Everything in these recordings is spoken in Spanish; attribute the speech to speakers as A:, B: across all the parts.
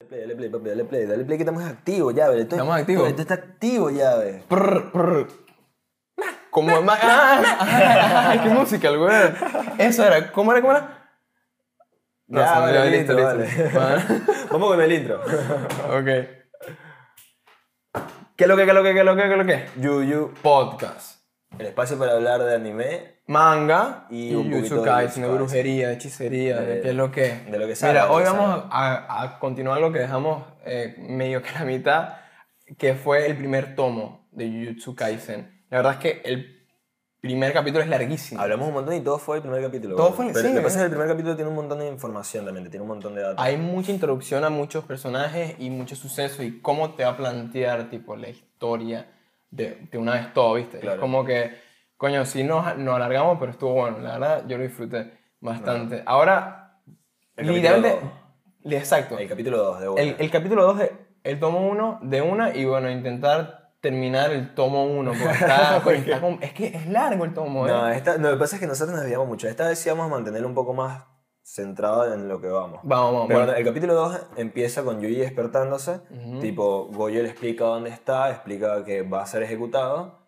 A: Dale play, dale play, papi, dale play, dale play que estamos activos, ya, ve. Esto-
B: Estamos activos.
A: Esto está activo, ya, ve.
B: Prr, prr. Como es más. ¡Ah! ¡Ah! ¡Ay, qué música, güey! Eso era. ¿Cómo era? ¿Cómo era? No,
A: Ya,
B: se me
A: vale,
B: olvidó,
A: listo, Vamos con el intro.
B: Vale. ok. ¿Qué es lo que, qué es lo que, qué es lo que, qué es lo que?
A: Yuyu,
B: Podcast.
A: el espacio para hablar de anime,
B: Manga
A: Y
B: y,
A: un poquito
B: Jujutsu
A: de
B: Kaisen, de
A: Jujutsu
B: brujería, de hechicería, de
A: De-
B: qué es lo que.
A: de lo que salga, de
B: Mira,
A: lo
B: hoy
A: que
B: vamos a, a continuar lo que dejamos eh, medio que la mitad, que fue el primer tomo de Jujutsu Kaisen. La verdad es que el primer capítulo es larguísimo.
A: hablamos un montón y todo fue el primer capítulo.
B: Todo
A: bueno.
B: fue el-
A: Pero
B: sí,
A: lo que pasa es
B: eh. Ah,
A: que el primer capítulo tiene un montón de información también, te tiene un montón de datos.
B: Hay mucha introducción a muchos personajes y muchos sucesos y cómo te va a plantear tipo la historia de, de una vez todo, ¿viste?
A: Claro.
B: Es como que, coño, sí nos, nos alargamos, pero estuvo bueno. La verdad, yo lo disfruté bastante. Ahora,
A: El capítulo
B: literalmente...
A: dos.
B: Exacto.
A: El capítulo 2 de una.
B: El, ¿eh? el capítulo 2, el tomo 1 de una, y bueno, intentar terminar el tomo 1, porque está, coño, está como- es que es largo el tomo, ¿eh?
A: No, esta, no, lo que pasa es que nosotros nos desviamos mucho. Esta vez sí vamos a mantener un poco más centrado en lo que vamos.
B: Vamos, vamos,
A: Pero bueno,
B: bueno.
A: el capítulo 2 empieza con Yuji despertándose. Tipo, Goyo le explica dónde está, explica que va a ser ejecutado.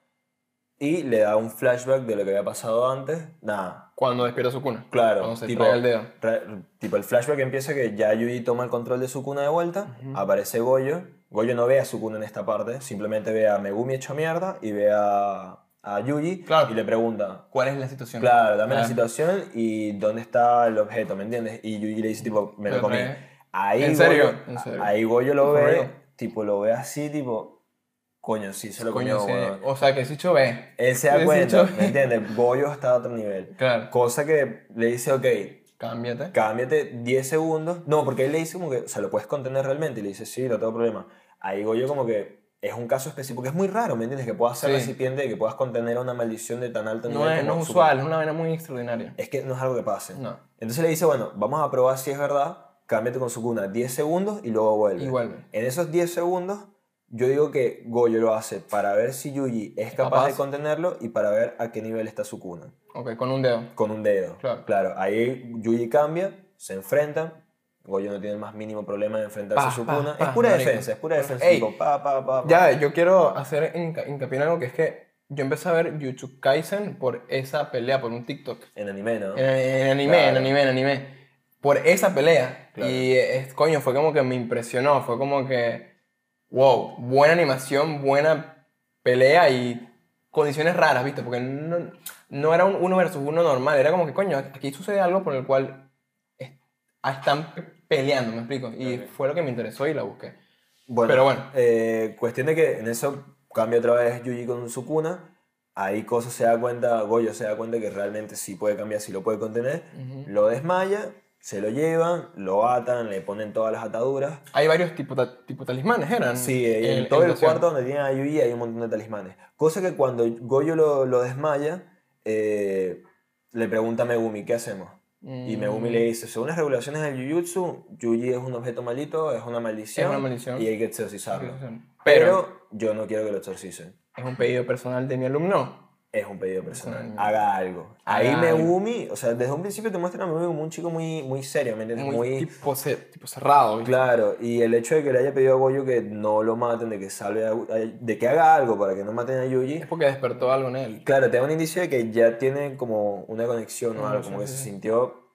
A: Y le da un flashback de lo que había pasado antes. Nada,
B: Cuando despierta su cuna.
A: claro.
B: Cuando se
A: tipo,
B: traga el dedo.
A: tra- tipo, el flashback empieza que ya Yuji toma el control de su cuna de vuelta. Aparece Goyo. Goyo no ve a su cuna en esta parte. Simplemente ve a Megumi hecho mierda y ve a, a Yuji.
B: Claro.
A: Y le pregunta,
B: ¿Cuál es la situación?
A: Claro, dame la
B: Ah.
A: situación y dónde está el objeto, ¿me entiendes? Y Yuji le dice, tipo, me lo
B: Me
A: comí.
B: trae.
A: Ahí
B: ¿En serio?
A: Goyo-
B: ¿En serio?
A: Ahí Goyo lo
B: For
A: ve,
B: real.
A: tipo, lo ve así, tipo, coño, sí, se lo
B: Coño,
A: comió,
B: sí.
A: weón.
B: O sea, que ese hecho ve.
A: Él se da
B: Ese
A: cuenta,
B: hecho-
A: ¿me entiendes? Goyo está a otro nivel.
B: Claro.
A: Cosa que le dice, ok,
B: Cámbiate.
A: cámbiate 10 segundos. No, porque él le dice como que, o sea, lo puedes contener realmente. Y le dice, sí, no tengo problema. Ahí Goyo como que es un caso específico, porque es muy raro, ¿me entiendes? Que puedas ser
B: Sí.
A: recipiente, de que puedas contener a una maldición de tan alto nivel.
B: No es,
A: como
B: no es
A: su-
B: usual, es una vaina muy extraordinaria.
A: es que no es algo que pase.
B: No.
A: Entonces le dice, bueno, vamos a probar si es verdad, cámbiate con su cuna 10 segundos y luego vuelve.
B: Y vuelve.
A: En esos 10 segundos, yo digo que Goyo lo hace para ver si Yuji es capaz,
B: capaz.
A: de contenerlo y para ver a qué nivel está su cuna.
B: Ok, con un dedo.
A: Con un dedo.
B: Claro.
A: ahí Yuji cambia, se enfrentan. Goyo no tiene el más mínimo problema de enfrentarse
B: Pa,
A: a su
B: pa,
A: cuna.
B: pa,
A: es pura
B: marico.
A: defensa, es pura defensa.
B: Ey.
A: tipo, pa, pa, pa, pa.
B: Ya, yo quiero hacer hinca- hincapié en algo que es que yo empecé a ver Jujutsu Kaisen por esa pelea, por un TikTok.
A: En anime, ¿no?
B: En, en anime, en
A: Claro.
B: anime, en anime. Por esa pelea.
A: Claro.
B: Y es, coño, fue como que me impresionó. Fue como que. Wow, buena animación, buena pelea y condiciones raras, ¿viste? Porque no, no era un uno versus uno normal. Era como que, coño, aquí sucede algo por el cual es- ah, están pe- peleando, ¿me explico? Y
A: Ok.
B: fue lo que me interesó y la busqué.
A: Bueno,
B: Pero bueno.
A: eh, cuestión de que en eso cambia otra vez Yuji con su cuna. Ahí Cosa se da cuenta, Goyo se da cuenta que realmente sí puede cambiar, sí lo puede contener. Lo desmaya, se lo llevan, lo atan, le ponen todas las ataduras.
B: Hay varios tipo, ta- tipo talismanes, ¿eran?
A: Sí, en,
B: En-
A: todo
B: en
A: el
B: estación.
A: cuarto donde tienen a Yuji hay un montón de talismanes. Cosa que cuando Goyo lo, lo desmaya, eh, le pregunta a Megumi, ¿qué hacemos? Y
B: Mm,
A: Megumi le dice, según las regulaciones del Jujutsu, Yuji es un objeto maldito, es una maldición,
B: Es una maldición.
A: y hay que exorcizarlo.
B: Pero
A: Pero yo no quiero que lo exorcicen.
B: es un pedido personal de mi alumno.
A: Es un pedido personal.
B: Personal.
A: Haga algo. Ahí
B: Haga algo.
A: Megumi, o sea, desde un principio te muestran a Megumi como un chico muy, muy serio, ¿me entiendes?
B: muy,
A: Muy,
B: tipo, ce- tipo cerrado. ¿viste?
A: claro. Y el hecho de que le haya pedido a Goyo que no lo maten, de que salve a- a- de que haga algo para que no maten a Yuji,
B: Es porque despertó algo en él.
A: claro, te da un indicio de que ya tiene como una conexión o
B: Una
A: algo,
B: conexión,
A: como que
B: sí,
A: se
B: sí.
A: sintió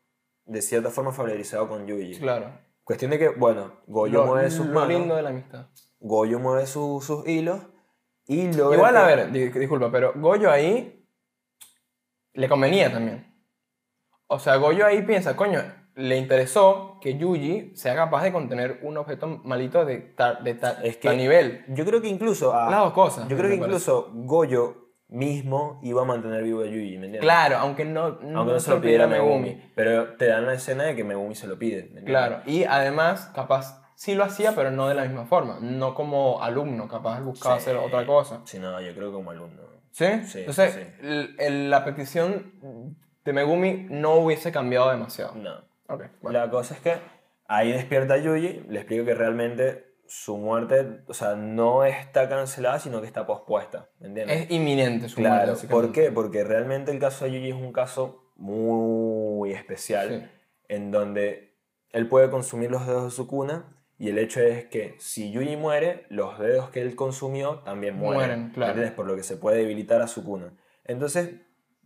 A: de cierta forma familiarizado con Yuji.
B: Claro.
A: Cuestión de que, bueno, Goyo
B: Lo-
A: mueve sus
B: lo
A: manos,
B: lindo de la amistad.
A: Goyo mueve su- sus hilos y logra
B: Igual,
A: que-
B: a ver, di- disculpa, pero Goyo ahí le convenía también. O sea, Goyo ahí piensa, coño, le interesó que Yuji sea capaz de contener un objeto malito de tal de ta-
A: Es que-
B: tal nivel.
A: Yo creo que incluso a,
B: Las dos cosas.
A: Yo creo
B: me
A: que
B: parece.
A: incluso Goyo mismo iba a mantener vivo a Yuji, ¿me entiendes?
B: Claro, aunque no,
A: Aunque no se lo pidiera Megumi. Pero te dan la escena de que Megumi se lo pide. ¿me entiendes?
B: Claro, y además, capaz sí lo hacía, pero no de la misma forma. No como alumno, capaz buscaba
A: Sí.
B: hacer otra cosa.
A: Sí, no, yo creo que como alumno.
B: ¿Sí?
A: Sí,
B: Entonces,
A: sí.
B: el- el- la petición de Megumi no hubiese cambiado demasiado.
A: No.
B: Ok, Ah, bueno.
A: Mm. La cosa es que ahí despierta Yuji, le explico que realmente su muerte, o sea, no está cancelada, sino que está pospuesta, ¿me entiendes?
B: Es inminente su muerte,
A: claro. ¿Por
B: básicamente.
A: qué? Porque realmente el caso de Yuji es un caso muy especial.
B: Sí.
A: en donde él puede consumir los dedos de su cuna Y el hecho es que si Yuji muere, los dedos que él consumió también mueren.
B: Mueren, claro.
A: ¿entiendes? Por lo que se puede debilitar a Sukuna. Entonces,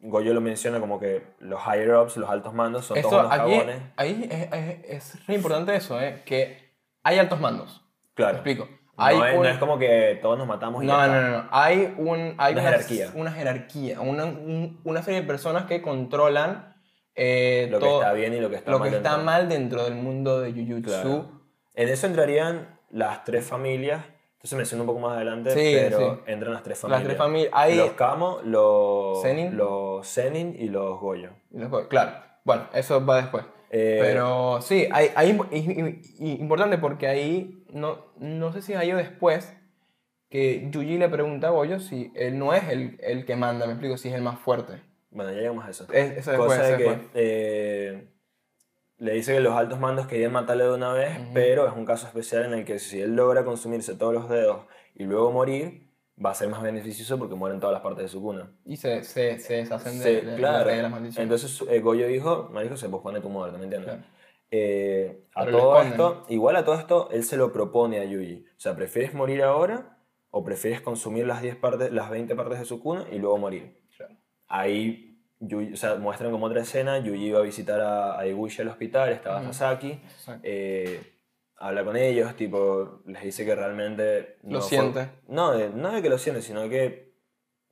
A: Goyo lo menciona como que los higher ups, los altos mandos, son
B: Esto
A: todos unos
B: aquí,
A: cagones.
B: ahí es, es- es re importante eso, ¿eh? que hay altos mandos.
A: Claro.
B: Te explico.
A: No,
B: Hay
A: es, no
B: un-
A: es como que todos nos matamos y ya
B: No,
A: está.
B: no, no, no. Hay, un, hay
A: Una jerarquía.
B: Una jerarquía, una, un- una serie de personas que controlan eh,
A: Lo que
B: todo
A: está bien y lo que está
B: lo
A: mal.
B: que está
A: dentro.
B: mal dentro del mundo de Jujutsu.
A: Claro. En eso entrarían las tres familias. Entonces menciono un poco más adelante,
B: Sí,
A: pero
B: sí.
A: entran las tres
B: Las
A: familias.
B: tres familias. Hay,
A: Los Kamo, los
B: Zenin.
A: los Zenin y los Goyo.
B: los- claro. Bueno, eso va después.
A: Eh,
B: Pero sí, hay, hay imp- y- y- y- importante porque ahí, no, no sé si hay o después, que Yuji le pregunta a Goyo si él no es el, el que manda, me explico, si es el más fuerte.
A: Bueno, ya llegamos a eso.
B: Es- eso después,
A: Cosa
B: eso
A: de que
B: después.
A: eh, le dice que los altos mandos querían matarle de una vez,
B: Ujú.
A: pero es un caso especial en el que si él logra consumirse todos los dedos y luego morir, va a ser más beneficioso porque mueren todas las partes de su cuna.
B: Y se, se, se deshacen de,
A: Sí,
B: de- de-
A: claro.
B: de las maldiciones.
A: Entonces eh, Goyo dijo, Marico, se pospone tu muerte, ¿me entiendes?
B: Claro.
A: Eh, a
B: Pero le
A: todo
B: esconden.
A: esto, igual a todo esto, él se lo propone a Yuji. O sea, ¿prefieres morir ahora o prefieres consumir las, 10 partes, las 20 partes de su cuna y luego morir?
B: Claro.
A: Ahí Yuji- o sea, muestran como otra escena, Yuji iba a visitar a, a Iguchi al hospital, estaba
B: Ujú.
A: Sasaki,
B: Exacto.
A: eh, habla con ellos, tipo, les dice que realmente...
B: Lo
A: fue-
B: siente.
A: no, de- no de que lo siente, sino que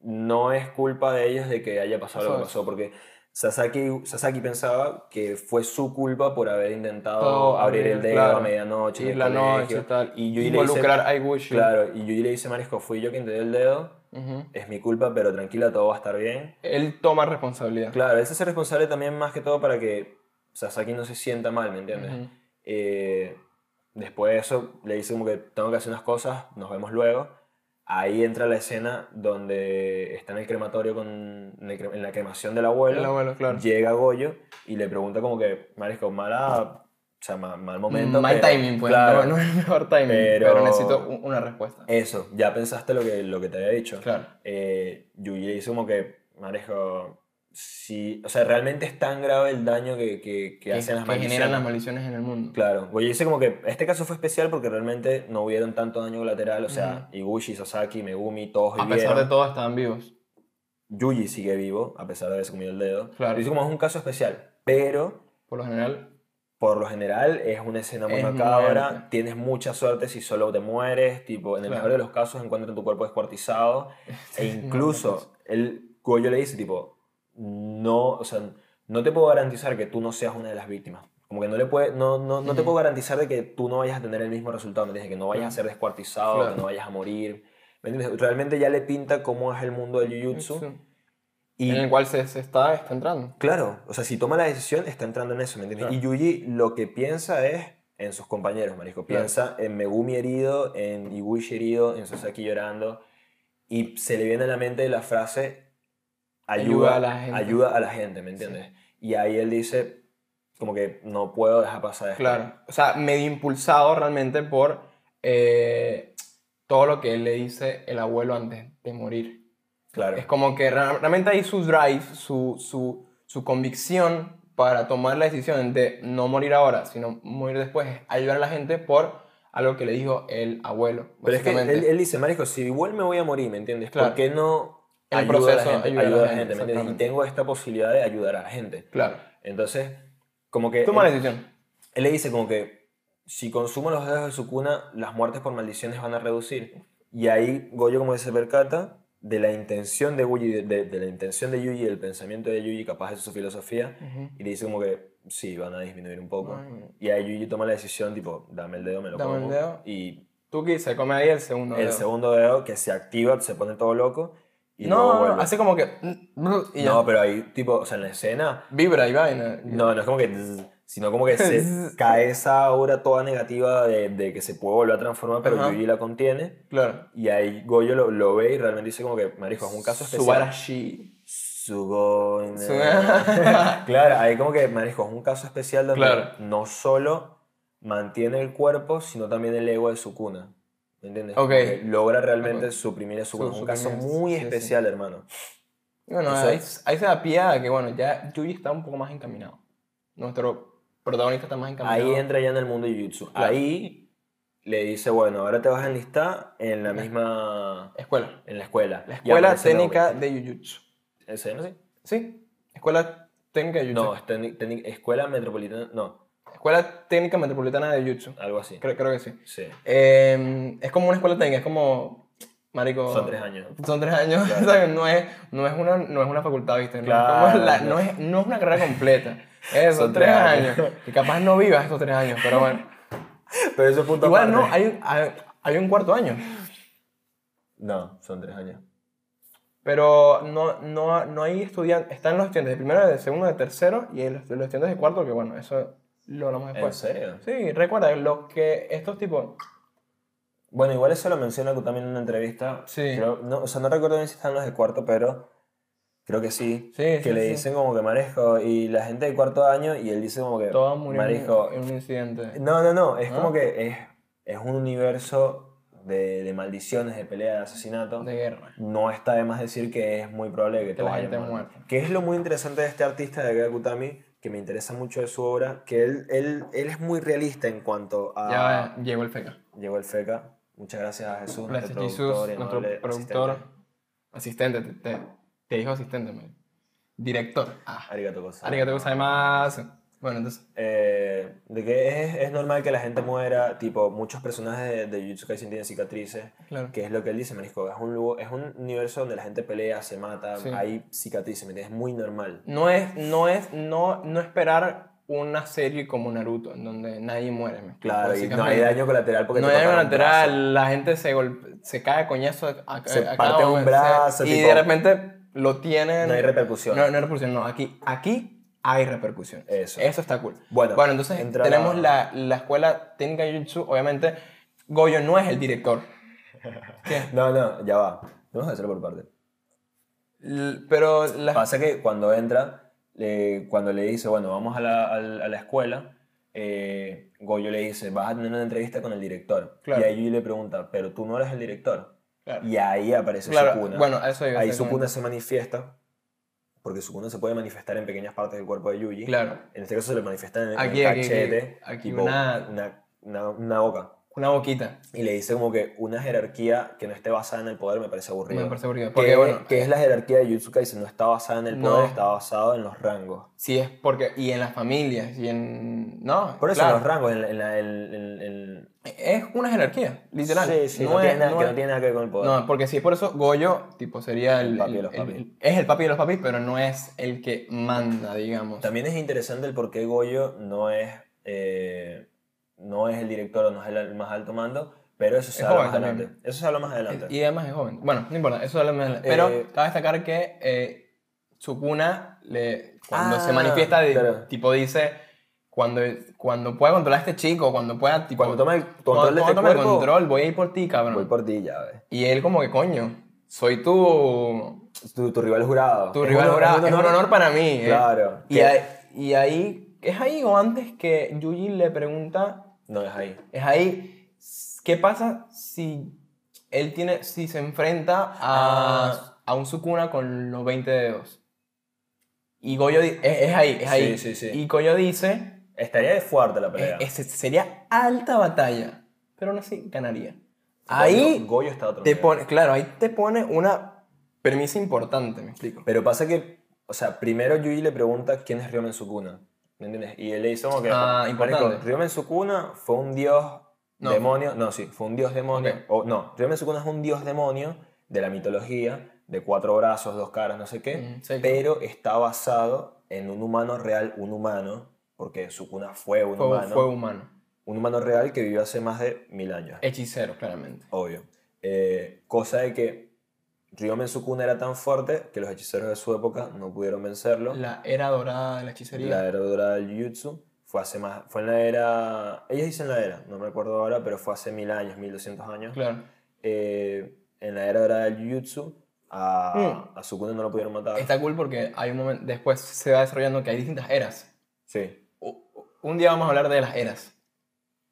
A: no es culpa de ellos de que haya pasado lo que
B: Pasó eso.
A: pasó, porque Sasaki, Sasaki pensaba que fue su culpa por haber intentado
B: Todo
A: abrir el
B: abrir,
A: dedo
B: claro.
A: a medianoche. en
B: Y
A: el
B: la
A: colegio.
B: noche tal.
A: Y Yuji le dice,
B: involucrar a Iguchi.
A: claro, y Yuji le dice, Marisco, fui yo quien te dio el dedo,
B: Ujú.
A: es mi culpa, pero tranquila, todo va a estar bien.
B: Él toma responsabilidad.
A: Claro, él se hace responsable también más que todo para que Sasaki no se sienta mal, ¿me entiendes?
B: Ujú.
A: Eh, después de eso, le dice como que tengo que hacer unas cosas, nos vemos luego. Ahí entra la escena donde está en el crematorio, con, en, el cre- en la cremación del abuelo.
B: El abuelo, claro.
A: Llega Goyo y le pregunta como que, Marisco, mala, o sea, ma- mal, momento.
B: Mal
A: pero-
B: timing, pues.
A: claro,
B: No, no es el mejor timing. Pero,
A: Pero-
B: necesito un- una respuesta.
A: Eso, ya pensaste lo que, lo que te había dicho.
B: Claro.
A: Eh, Yuji le dice como que, Marisco, si, o sea, realmente es tan grave el daño que, que, que
B: Que,
A: hacen las
B: que
A: maldiciones.
B: generan las maldiciones en el mundo.
A: Claro, Goyo dice como que este caso fue especial porque realmente no hubieron tanto daño colateral, o sea, Iguchi, Sasaki, Megumi, todos
B: A pesar de
A: vivieron.
B: todo, estaban vivos.
A: Yuji sigue vivo, a pesar de haberse comido el dedo.
B: Claro.
A: Dice como es un caso especial, pero
B: Por lo general,
A: por lo general es una escena muy
B: Es
A: macabra,
B: muerte.
A: tienes mucha suerte si solo te mueres, tipo, en el
B: Claro.
A: mejor de los casos encuentran tu cuerpo descuartizado, e
B: no, no,
A: incluso el Goyo le dice tipo, no, o sea, no te puedo garantizar que tú no seas una de las víctimas. Como que no, le puede, no, no, no te
B: Ujú.
A: puedo garantizar de que tú no vayas a tener el mismo resultado, ¿me entiendes? Que no vayas a ser descuartizado,
B: Claro.
A: que no vayas a morir. ¿Me entiendes? Realmente ya le pinta cómo es el mundo del Jiu-Jitsu.
B: en
A: Y
B: el cual se, se está, está entrando.
A: Claro, o sea, si toma la decisión está entrando en eso, ¿me entiendes?
B: Claro.
A: Y Yuji lo que piensa es en sus compañeros, marisco.
B: Claro.
A: Piensa en Megumi herido, en Iguchi herido, en Sasaki llorando. Y se le viene a la mente la frase
B: Ayuda
A: ayuda,
B: a la gente".
A: ayuda a la gente, ¿me entiendes? Y ahí él dice como que no puedo dejar pasar esto.
B: Claro. O sea, medio impulsado realmente por eh, todo lo que le dice el abuelo antes de morir.
A: Claro.
B: Es como que ra- realmente ahí su drive, su, su, su convicción para tomar la decisión de no morir ahora, sino morir después, es ayudar a la gente por algo que le dijo el abuelo.
A: Pero es que él,
B: básicamente.
A: él dice, marisco, si igual me voy a morir, ¿me entiendes?
B: Claro.
A: ¿Por qué no
B: El
A: ayudo a la
B: proceso
A: gente?
B: ayuda a la
A: Ayuda a la gente,
B: gente,
A: ¿me entiendes? Y
B: exactamente.
A: tengo esta posibilidad de ayudar a la gente.
B: Claro.
A: Entonces, como que...
B: Toma la
A: él,
B: decisión.
A: él le dice como que si consumo los dedos de su cuna, las muertes por maldiciones van a reducir. Y ahí Goyo como que se percata de la intención de Yuji, de, de- de la intención de Yuji, del pensamiento de Yuji, capaz de su filosofía, y le dice como que sí, van a disminuir un poco.
B: Ay.
A: Y ahí Yuji toma la decisión tipo, dame el dedo, me lo
B: Dame el
A: como.
B: dedo.
A: Y
B: Tuki se come ahí el segundo.
A: el
B: dedo.
A: segundo dedo que se activa, se pone todo loco. Y
B: No,
A: luego
B: no, no,
A: vuelve.
B: hace como que. mm, y ya.
A: no, pero ahí tipo, o sea, en la escena
B: Vibra y vaina.
A: No, no es como que. zzz, Sino como que se cae esa aura toda negativa de, de que se puede volver a transformar, pero
B: Ajá.
A: Yuji la contiene.
B: Claro.
A: Y ahí Goyo lo, lo ve y realmente dice como que, marico, es un caso especial. Eh.
B: Subarashi.
A: Sugo.
B: Su-
A: claro, ahí como que, marico, es un caso especial donde
B: Claro.
A: no solo mantiene el cuerpo, sino también el ego de su cuna. ¿Me entiendes?
B: Ok.
A: Como que Logra realmente
B: Ok.
A: suprimir a su
B: Su-
A: cuna. Es un caso
B: suprimir,
A: muy
B: sí, sí.
A: especial, hermano.
B: Bueno,
A: Eso-
B: ahí, ahí se da pie a que, bueno, ya Yuji está un poco más encaminado. Nuestro protagonista está más encaminado.
A: Ahí entra ya en el mundo de Jujutsu.
B: Claro.
A: Ahí le dice, bueno, ahora te vas a enlistar en la misma...
B: Escuela.
A: en la escuela.
B: La
A: Y
B: Escuela
A: aparece la
B: Técnica
A: abuela.
B: de Jiu-Jitsu.
A: ¿Eh, ¿Se llama así?
B: ¿Sí? Escuela Técnica de Jiu-Jitsu.
A: No, es técnic- técnic- escuela metropolitana, no,
B: Escuela Técnica Metropolitana de Jiu-Jitsu.
A: algo así.
B: Creo, creo que sí.
A: Sí.
B: Eh, es como una escuela técnica, es como... Marico...
A: Son tres años.
B: Son tres años,
A: Claro.
B: ¿sabes? No, es, no, es una, no es una facultad, ¿viste? No, es como
A: Claro,
B: la-
A: claro.
B: no es, no es una carrera completa. Eso,
A: Son
B: tres,
A: tres
B: años.
A: años.
B: Que capaz no vivas estos tres años, pero bueno.
A: Pero eso es punto
B: Igual no,
A: aparte.
B: hay, un- hay, hay un cuarto año.
A: No, son tres años.
B: Pero no, no, no hay estudiantes. Están los estudiantes de primero, de segundo, de tercero y los, los estudiantes de cuarto, que bueno, eso lo hablamos
A: ¿En
B: después.
A: serio?
B: Sí, recuerda, los que estos tipos.
A: Bueno, igual eso lo menciona también en una entrevista.
B: Sí.
A: Creo- no, o sea, no recuerdo bien si están los de cuarto, pero creo que sí.
B: Sí,
A: que
B: sí,
A: le
B: sí.
A: dicen como que Maresco y la gente de cuarto año y él dice como que
B: Todos murieron en-
A: Maresco.
B: en un incidente.
A: No, no, no. Es
B: ¿Ah?
A: como que es, es un universo de, de maldiciones, de peleas, de asesinatos.
B: De guerra.
A: No está de más decir que es muy probable que,
B: Que la
A: todos hayan
B: gente
A: muerto.
B: muerta.
A: Que es lo muy interesante de este artista de Akira Kutami, que me interesa mucho de su obra, que él, él, él es muy realista en cuanto a...
B: Ya llegó el feca.
A: Llegó el FECA. Muchas gracias a Jesús,
B: Gracias,
A: Ah, nuestro
B: Jesús,
A: productor. y
B: nuestro
A: amable
B: productor.
A: asistente.
B: Asistente, te, te, te dijo asistente, man. Director. Ah,
A: Arigato gozaimasu.
B: arigato gozaimasu. Bueno, entonces.
A: Eh, de que es, es normal que la gente muera, tipo, muchos personajes de, de Jujutsu Kaisen tienen cicatrices,
B: Claro.
A: que es lo que él dice, marisco, es un, lugar- es un universo donde la gente pelea, se mata,
B: Sí.
A: hay cicatrices, ¿me entiendes? Es muy normal.
B: No es, no es, no, no esperar una serie como Naruto, en donde nadie muere. ¿me explico?
A: Claro, y no hay
B: Básicamente.
A: daño colateral porque
B: No
A: te
B: hay daño
A: cortaron un
B: colateral,
A: brazo.
B: la gente se, golpe, se cae a coñazo. a- a-
A: Se
B: a cada
A: parte un
B: uno,
A: brazo,
B: Y
A: tipo-
B: de repente lo tienen.
A: No hay repercusión.
B: No, no hay repercusión, no. Aquí, aquí hay repercusión.
A: Eso.
B: Eso está cool.
A: Bueno,
B: entonces
A: entra
B: tenemos
A: la-
B: la, la escuela técnica de Jiu-Jitsu. Obviamente, Goyo no es el director.
A: No, no, ya va. Vamos a hacerlo por parte.
B: L- Pero la-
A: Pasa que cuando entra, le- cuando le dice, bueno, vamos a la, al- a la escuela, eh, Goyo le dice, vas a tener una entrevista con el director.
B: Claro.
A: Y ahí Yuji le pregunta, pero tú no eres el director.
B: Claro.
A: Y ahí aparece
B: Claro,
A: Sukuna.
B: bueno, a eso iba a
A: ahí
B: hacer
A: Sukuna
B: comentario.
A: se manifiesta, porque Sukuna se puede manifestar en pequeñas partes del cuerpo de Yuji.
B: Claro.
A: En este caso se le manifiesta en, en
B: Aquí,
A: el
B: aquí, aquí.
A: cachete,
B: Aquí
A: tipo
B: una-
A: una- una- una boca.
B: Una boquita.
A: Y le dice como que una jerarquía que no esté basada en el poder me parece aburrido.
B: Me parece aburrido,
A: Que-
B: porque, bueno,
A: que es la jerarquía de Jujutsu Kaisen, no está basada en el poder,
B: No.
A: está basado en los rangos.
B: Si es porque. Y en las familias, y en. No.
A: Por eso
B: claro.
A: en los rangos, en, la- en la- en- en- en-
B: Es una jerarquía, literal.
A: Sí, sí, no,
B: es-
A: tiene nada,
B: no
A: que
B: es-
A: no tiene nada que ver con el poder.
B: No, porque si es por eso, Goyo, tipo, sería el...
A: El papi de los
B: el-
A: papis.
B: el- es el papi de los papis, pero no es el que manda, digamos.
A: También es interesante el por qué Goyo no es, eh, no es el director o no es el, al- más alto mando, pero eso se
B: Es
A: habla
B: joven
A: más adelante.
B: también.
A: Eso se habla más adelante.
B: Y además es joven. Bueno, no importa, eso es lo mismo. Pero
A: Eh,
B: cabe destacar que eh, Sukuna, le, cuando
A: Ah,
B: se manifiesta, de-
A: claro.
B: tipo, dice... Cuando, cuando pueda controlar a este chico, cuando pueda... Tipo,
A: cuando toma el
B: cuando-
A: control de
B: cuando
A: este
B: tome el
A: cuerpo,
B: control, voy a ir por ti, cabrón.
A: voy por ti, ya ves.
B: Y él como que, coño, soy tu...
A: Tu, tu rival jurado.
B: Tu
A: Es
B: rival
A: un-
B: jurado.
A: es un honor-
B: para mí. eh.
A: Claro.
B: Y,
A: Que-
B: ahí- y ahí, es ahí o antes que Yuji le pregunta,
A: No es ahí.
B: es ahí, ¿qué pasa si él tiene, si se enfrenta a,
A: Ah.
B: a un Sukuna con los 20 dedos? Y Goyo, di- es, es ahí, es ahí.
A: Sí, sí, sí.
B: Y Goyo dice,
A: Estaría fuerte la pelea.
B: es- es- sería alta batalla, pero aún así ganaría.
A: Goyo-
B: Ahí
A: Goyo está a otro
B: te
A: nivel.
B: pone, claro, ahí te pone una premisa importante, me explico.
A: Pero pasa que, o sea, primero Yui le pregunta quién es Ryomen Sukuna. ¿Me entiendes? Y él le dice como que.
B: Ah,
A: "Marico,
B: importante.
A: Ryomen Sukuna fue un dios
B: No.
A: demonio. No, sí, fue un dios demonio. O,
B: Ok.
A: no, Ryomen Sukuna es un dios demonio de la mitología, de cuatro brazos, dos caras, no sé qué.
B: Mm, sí, claro.
A: pero está basado en un humano real, un humano, porque Sukuna fue un
B: Fuego-
A: humano.
B: fuego humano.
A: Un humano real que vivió hace más de mil años.
B: Hechicero, claramente.
A: Obvio. Eh, cosa de que Ryomen Sukuna era tan fuerte que los hechiceros de su época no pudieron vencerlo. La,
B: La era dorada de la hechicería.
A: era dorada del Jujutsu fue hace más... Fue en la era... Ellos dicen la era, no me acuerdo ahora, pero fue hace mil años, 1200 años.
B: Claro.
A: Eh, en la era dorada del Jujutsu a, a Sukuna no lo pudieron matar.
B: Mm. Está cool porque hay un momento, después se va desarrollando que hay distintas eras.
A: Sí.
B: U- Un día vamos a hablar de las eras.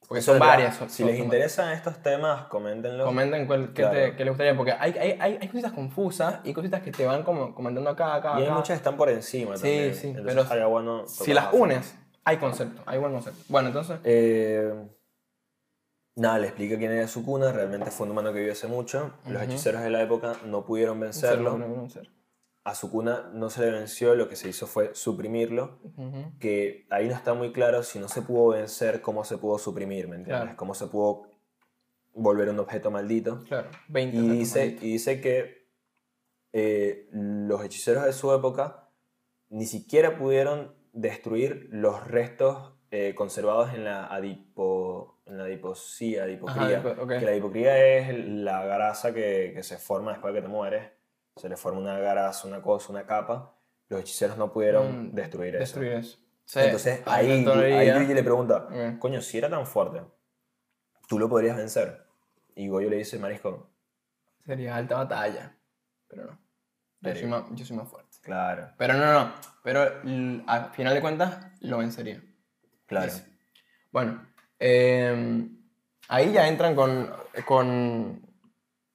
B: Porque son
A: Entonces,
B: varias. son-
A: Si
B: son-
A: les
B: son
A: interesan estos temas, coméntenlo.
B: varias. Comenten cuál, qué,
A: Claro.
B: te- qué les gustaría, porque hay, hay, hay, hay cositas confusas y cositas que te van como comentando acá, acá,
A: y hay
B: acá.
A: muchas que están por encima
B: Sí,
A: también.
B: sí,
A: Entonces
B: pero
A: estaría bueno
B: Si
A: tocarlas
B: las
A: a fondo.
B: unes, hay concepto, hay buen concepto. Bueno, entonces,
A: Eh, Nada, le explica quién era Sukuna, realmente fue un humano que vivió hace mucho. Los hechiceros de la época no pudieron vencerlo. A Sukuna no se le venció, lo que se hizo fue suprimirlo,
B: Ujú.
A: que ahí no está muy claro si no se pudo vencer, cómo se pudo suprimir, ¿me entiendes?
B: Claro.
A: Cómo se pudo volver un objeto maldito.
B: Claro, 20.
A: Y
B: retos
A: dice,
B: malditos.
A: y dice que eh, los hechiceros de su época ni siquiera pudieron destruir los restos eh, conservados en la, adipo, en la adiposía, adipocría.
B: adipo- ok.
A: Que la adipocría es la grasa que, que se forma después de que te mueres. Se le forma una grasa, una cosa, una capa. Los hechiceros no pudieron
B: Mm,
A: destruir,
B: Destruir eso. Sí,
A: eso. Entonces
B: hay
A: ahí,
B: una
A: ahí
B: teoría.
A: Yuji le pregunta,
B: Ok.
A: coño, si era tan fuerte, tú lo podrías vencer. Y Goyo le dice, marisco,
B: Sería alta batalla. Pero no. Yo
A: Pero-
B: soy, más, yo soy más fuerte.
A: claro.
B: Pero no, no. Pero l- al final de cuentas, lo vencería.
A: Claro.
B: Dice. Bueno, eh, ahí ya entran con, con,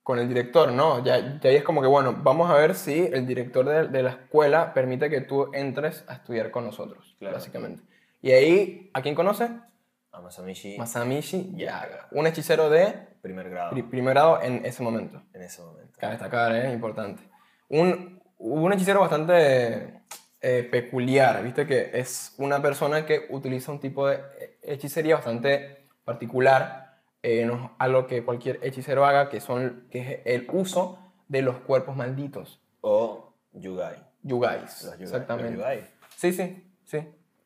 B: con el director, ¿no? Ya, ya ahí es como que, bueno, vamos a ver si el director de, de la escuela permite que tú entres a estudiar con nosotros,
A: Claro.
B: básicamente. Y ahí, ¿a quién conoces?
A: A Masamichi,
B: Masamichi Yaga, un hechicero de
A: primer grado,
B: pri- primer grado en ese momento.
A: en ese momento.
B: Cabe destacar, ¿eh? Importante. Un, un hechicero bastante eh, peculiar, ¿viste? Que es una persona que utiliza un tipo de eh, hechicería bastante particular eh, no- a lo que cualquier hechicero haga, que, son, que es el uso de los cuerpos malditos.
A: O Yugai.
B: Yugais.
A: Los Yugai.
B: exactamente.
A: Los Yugai.
B: Sí, sí, sí.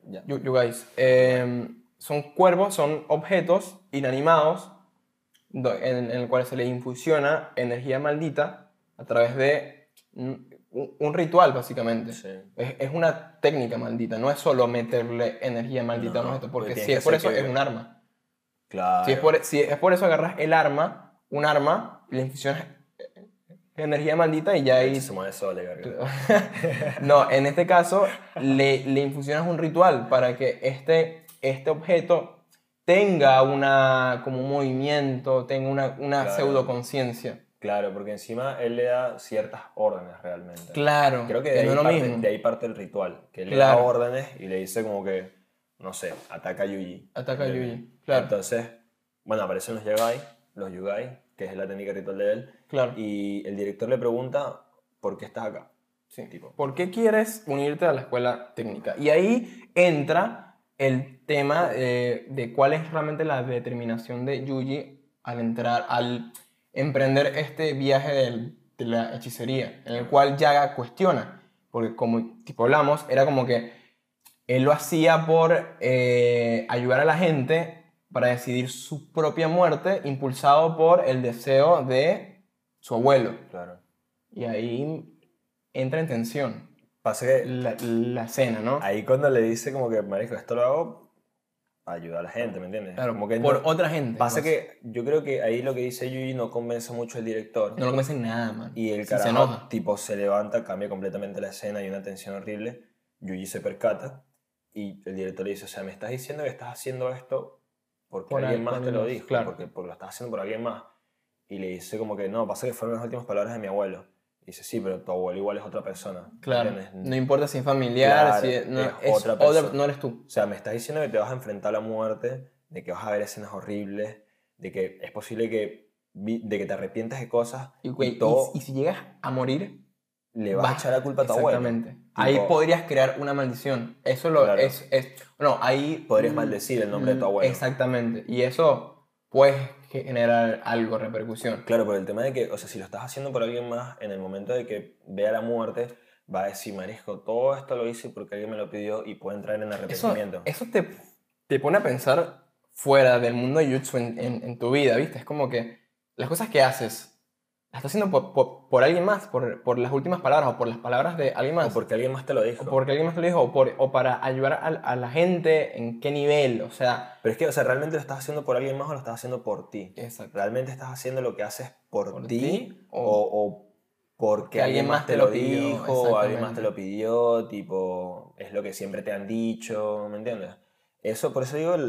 A: Ya.
B: You, you guys. eh, son cuervos, son objetos inanimados do- en, en el cual se le infusiona energía maldita a través de mm, un, un ritual, básicamente.
A: Sí.
B: Es, es una técnica maldita, no es solo meterle energía maldita a un
A: No,
B: objeto, porque
A: porque
B: si
A: tienes
B: es por
A: que
B: eso
A: hacer que-
B: es un arma.
A: Claro.
B: Si es, por, si es por eso agarras el arma, un arma, y le infusionas eh, energía maldita y ya ahí
A: Ahí se mueve solo, verga.
B: no, en este caso le, le infusionas un ritual para que este, este objeto tenga una, como un movimiento, tenga una, una
A: Claro.
B: pseudoconciencia.
A: Claro, porque encima él le da ciertas órdenes realmente.
B: Claro,
A: Creo que,
B: que
A: de, ahí
B: no es lo
A: parte,
B: mismo.
A: de ahí parte el ritual. Que él le
B: Claro.
A: da órdenes y le dice como que, no sé, ataca a Yuji.
B: Ataca a
A: Eh,
B: Yuji, claro.
A: Entonces, bueno, aparecen los Yugai, los Yugai, que es la técnica ritual de él.
B: Claro.
A: Y el director le pregunta, ¿por qué estás acá?
B: Sí.
A: Tipo.
B: ¿Por qué quieres unirte a la escuela técnica? Y ahí entra el tema eh, de cuál es realmente la determinación de Yuji al entrar, al emprender este viaje del- de la hechicería, en el cual Yaga cuestiona, porque como tipo hablamos, era como que él lo hacía por eh, ayudar a la gente para decidir su propia muerte, impulsado por el deseo de su abuelo.
A: Claro.
B: Y ahí entra en tensión
A: Pasa que
B: la, la cena, ¿no?
A: Ahí cuando le dice como que, marico, esto lo hago para ayudar a la gente, ¿me entiendes?
B: claro,
A: como que
B: por
A: no-
B: otra gente.
A: pasa
B: pues.
A: que yo creo que ahí lo que dice Yuji no convence mucho al director.
B: No lo convencen nada, man.
A: Y el
B: Sí,
A: carajo,
B: se enoja.
A: tipo, se levanta, cambia completamente la escena, hay una tensión horrible. Yuji se percata y el director le dice, o sea, me estás diciendo que estás haciendo esto porque
B: Por
A: alguien
B: al-
A: más
B: por
A: te lo
B: alguien más,
A: dijo,
B: claro.
A: porque, porque lo estás haciendo por alguien más. Y le dice como que, no, pasa que fueron las últimas palabras de mi abuelo. Y dice, sí, pero tu abuelo igual es otra persona.
B: Claro,
A: ¿entiendes?
B: no importa si es familiar,
A: Claro,
B: si es, no,
A: es
B: es
A: otra
B: otra-
A: persona.
B: no eres tú.
A: O sea, me estás diciendo que te vas a enfrentar a la muerte, de que vas a ver escenas horribles, de que es posible que, vi- de que te arrepientas de cosas
B: Y,
A: y,
B: güey, y-
A: todo
B: y si llegas a morir,
A: le vas a
B: vas-
A: echar la culpa a tu abuelo.
B: exactamente. Ahí
A: Tipo-
B: podrías crear una maldición. Eso lo
A: Claro.
B: es, es- No, ahí.
A: Podrías
B: mm,
A: maldecir el nombre de tu
B: mm,
A: abuelo.
B: Exactamente. Y eso puede generar algo, repercusión.
A: Claro, por el tema de que, o sea, si lo estás haciendo por alguien más, en el momento de que vea la muerte, va a decir, marisco, todo esto lo hice porque alguien me lo pidió y puede entrar en
B: Eso,
A: arrepentimiento.
B: eso te, te pone a pensar fuera del mundo de Jutsu en, en- en tu vida, ¿viste? Es como que las cosas que haces las estás haciendo por, por- por alguien más, por, por las últimas palabras o por las palabras de alguien más.
A: O porque alguien más te lo dijo.
B: o porque alguien más te lo dijo, o, por- o para ayudar a, a la gente, en qué nivel, o sea.
A: Pero es que, o sea, realmente lo estás haciendo por alguien más o lo estás haciendo por ti.
B: Exacto.
A: ¿Realmente estás haciendo lo que haces por,
B: ¿Por
A: ti?
B: ti?
A: O,
B: O-
A: o porque alguien más te lo dijo? O alguien más
B: exactamente.
A: te lo pidió? Tipo, es lo que siempre te han dicho, ¿me entiendes? Eso, por eso digo, el,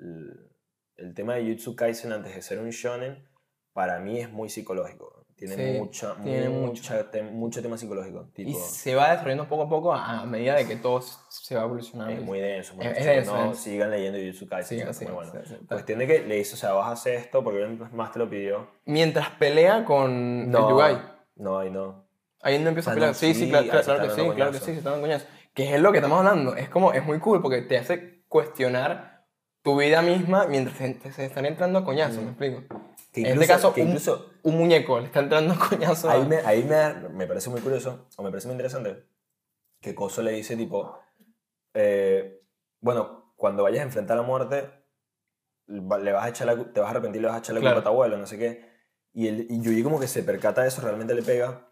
A: el- el tema de Jutsu Kaisen antes de ser un shonen, para mí es muy psicológico. Tiene,
B: Sí,
A: mucha,
B: tiene mucho.
A: mucha tem- mucho tema psicológico.
B: Y
A: Tipo,
B: se va desarrollando poco a poco a a medida de que todo s- se va evolucionando.
A: es muy denso.
B: Es- es
A: muchachos,
B: denso,
A: no,
B: es denso.
A: sigan leyendo Jujutsu Kaisen.
B: Sigan,
A: está muy
B: sigan,
A: bueno. Pues
B: sigan, sigan.
A: Cuestión de que le hizo, o sea, vas a hacer esto porque más te lo pidió.
B: Mientras pelea con el Yugai.
A: No, ahí no.
B: Ahí no empieza
A: Ah,
B: a pelear.
A: no,
B: Sí,
A: sí,
B: sí, claro,
A: ahí
B: claro,
A: se
B: claro que
A: están
B: sí,
A: dando
B: claro que sí,
A: coñazos.
B: se están dando coñazos. Que es lo que estamos hablando. Es como, es muy cool porque te hace cuestionar tu vida misma mientras te- te- se están entrando a coñazos, me explico.
A: Que
B: en este caso,
A: que
B: un,
A: incluso
B: un muñeco le está entrando a coñazos. a-
A: Ahí, me, ahí me, da- me parece muy curioso, o me parece muy interesante, que Coso le dice tipo, eh, bueno, cuando vayas a enfrentar la muerte, va- le vas a echar la cu- te vas a arrepentir, le vas a echar la
B: Claro.
A: culpa a tu abuelo, no sé qué. Y, el, y Yuji como que se percata de eso, realmente le pega,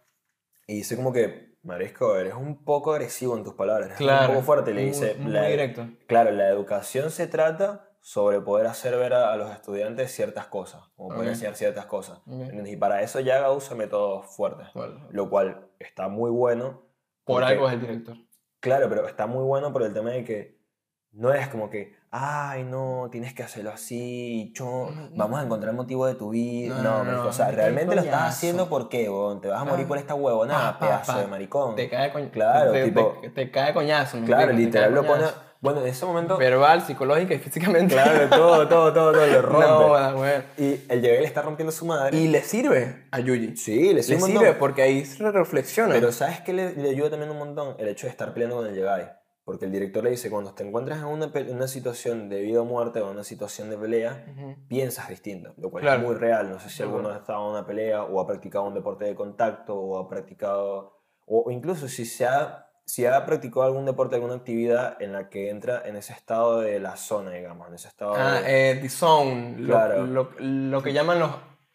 A: y dice como que, Marisco, eres un poco agresivo en tus palabras, eres
B: Claro.
A: un poco fuerte, le
B: Muy-
A: dice,
B: muy
A: "La-
B: directo.
A: claro, la educación se trata sobre poder hacer ver a, a los estudiantes ciertas cosas, o poder
B: Ok.
A: enseñar ciertas cosas.
B: Ok.
A: ¿entiendes? Y para eso ya usa métodos fuertes
B: Bueno,
A: lo cual está muy bueno.
B: por
A: porque-
B: algo es el director.
A: Claro, pero está muy bueno por el tema de que no es como que, ay, no, tienes que hacerlo así, cho,
B: No, no.
A: vamos a encontrar el motivo de tu vida.
B: No,
A: No,
B: no,
A: marico,
B: no,
A: o sea,
B: no, qué
A: realmente lo estás
B: coñazo.
A: haciendo porque, te vas a morir
B: Ah,
A: por esta huevonada,
B: pa, pa,
A: pedazo
B: pa.
A: de maricón.
B: Te cae coñazo.
A: Claro,
B: te,
A: tipo-
B: te- te cae coñazo. me
A: claro,
B: explico, te cae
A: literal lo pone.
B: coñazo.
A: Bueno, en ese momento,
B: Verbal, psicológica y físicamente.
A: claro, todo, todo, todo, todo lo rompe.
B: No, joda, güey.
A: y el Yabel está rompiendo su madre.
B: Y le sirve a Yuji.
A: sí, le,
B: Le
A: sirve un
B: sirve
A: montón.
B: porque ahí se reflexiona.
A: Pero ¿sabes qué le, le ayuda también un montón? El hecho de estar peleando con el Jedi. Porque el director le dice, cuando te encuentras en una, pe- en una situación de vida o muerte o una situación de pelea,
B: Ujú.
A: piensas distinto, lo cual
B: Claro.
A: es muy real. No sé si
B: De
A: alguno ha estado en una pelea o ha practicado un deporte de contacto o ha practicado, o o incluso si se ha, si ha practicado algún deporte, alguna actividad en la que entra en ese estado de la zona, digamos, en ese estado
B: Ah,
A: de...
B: eh, The Zone. lo-
A: Claro.
B: Lo, lo que llaman los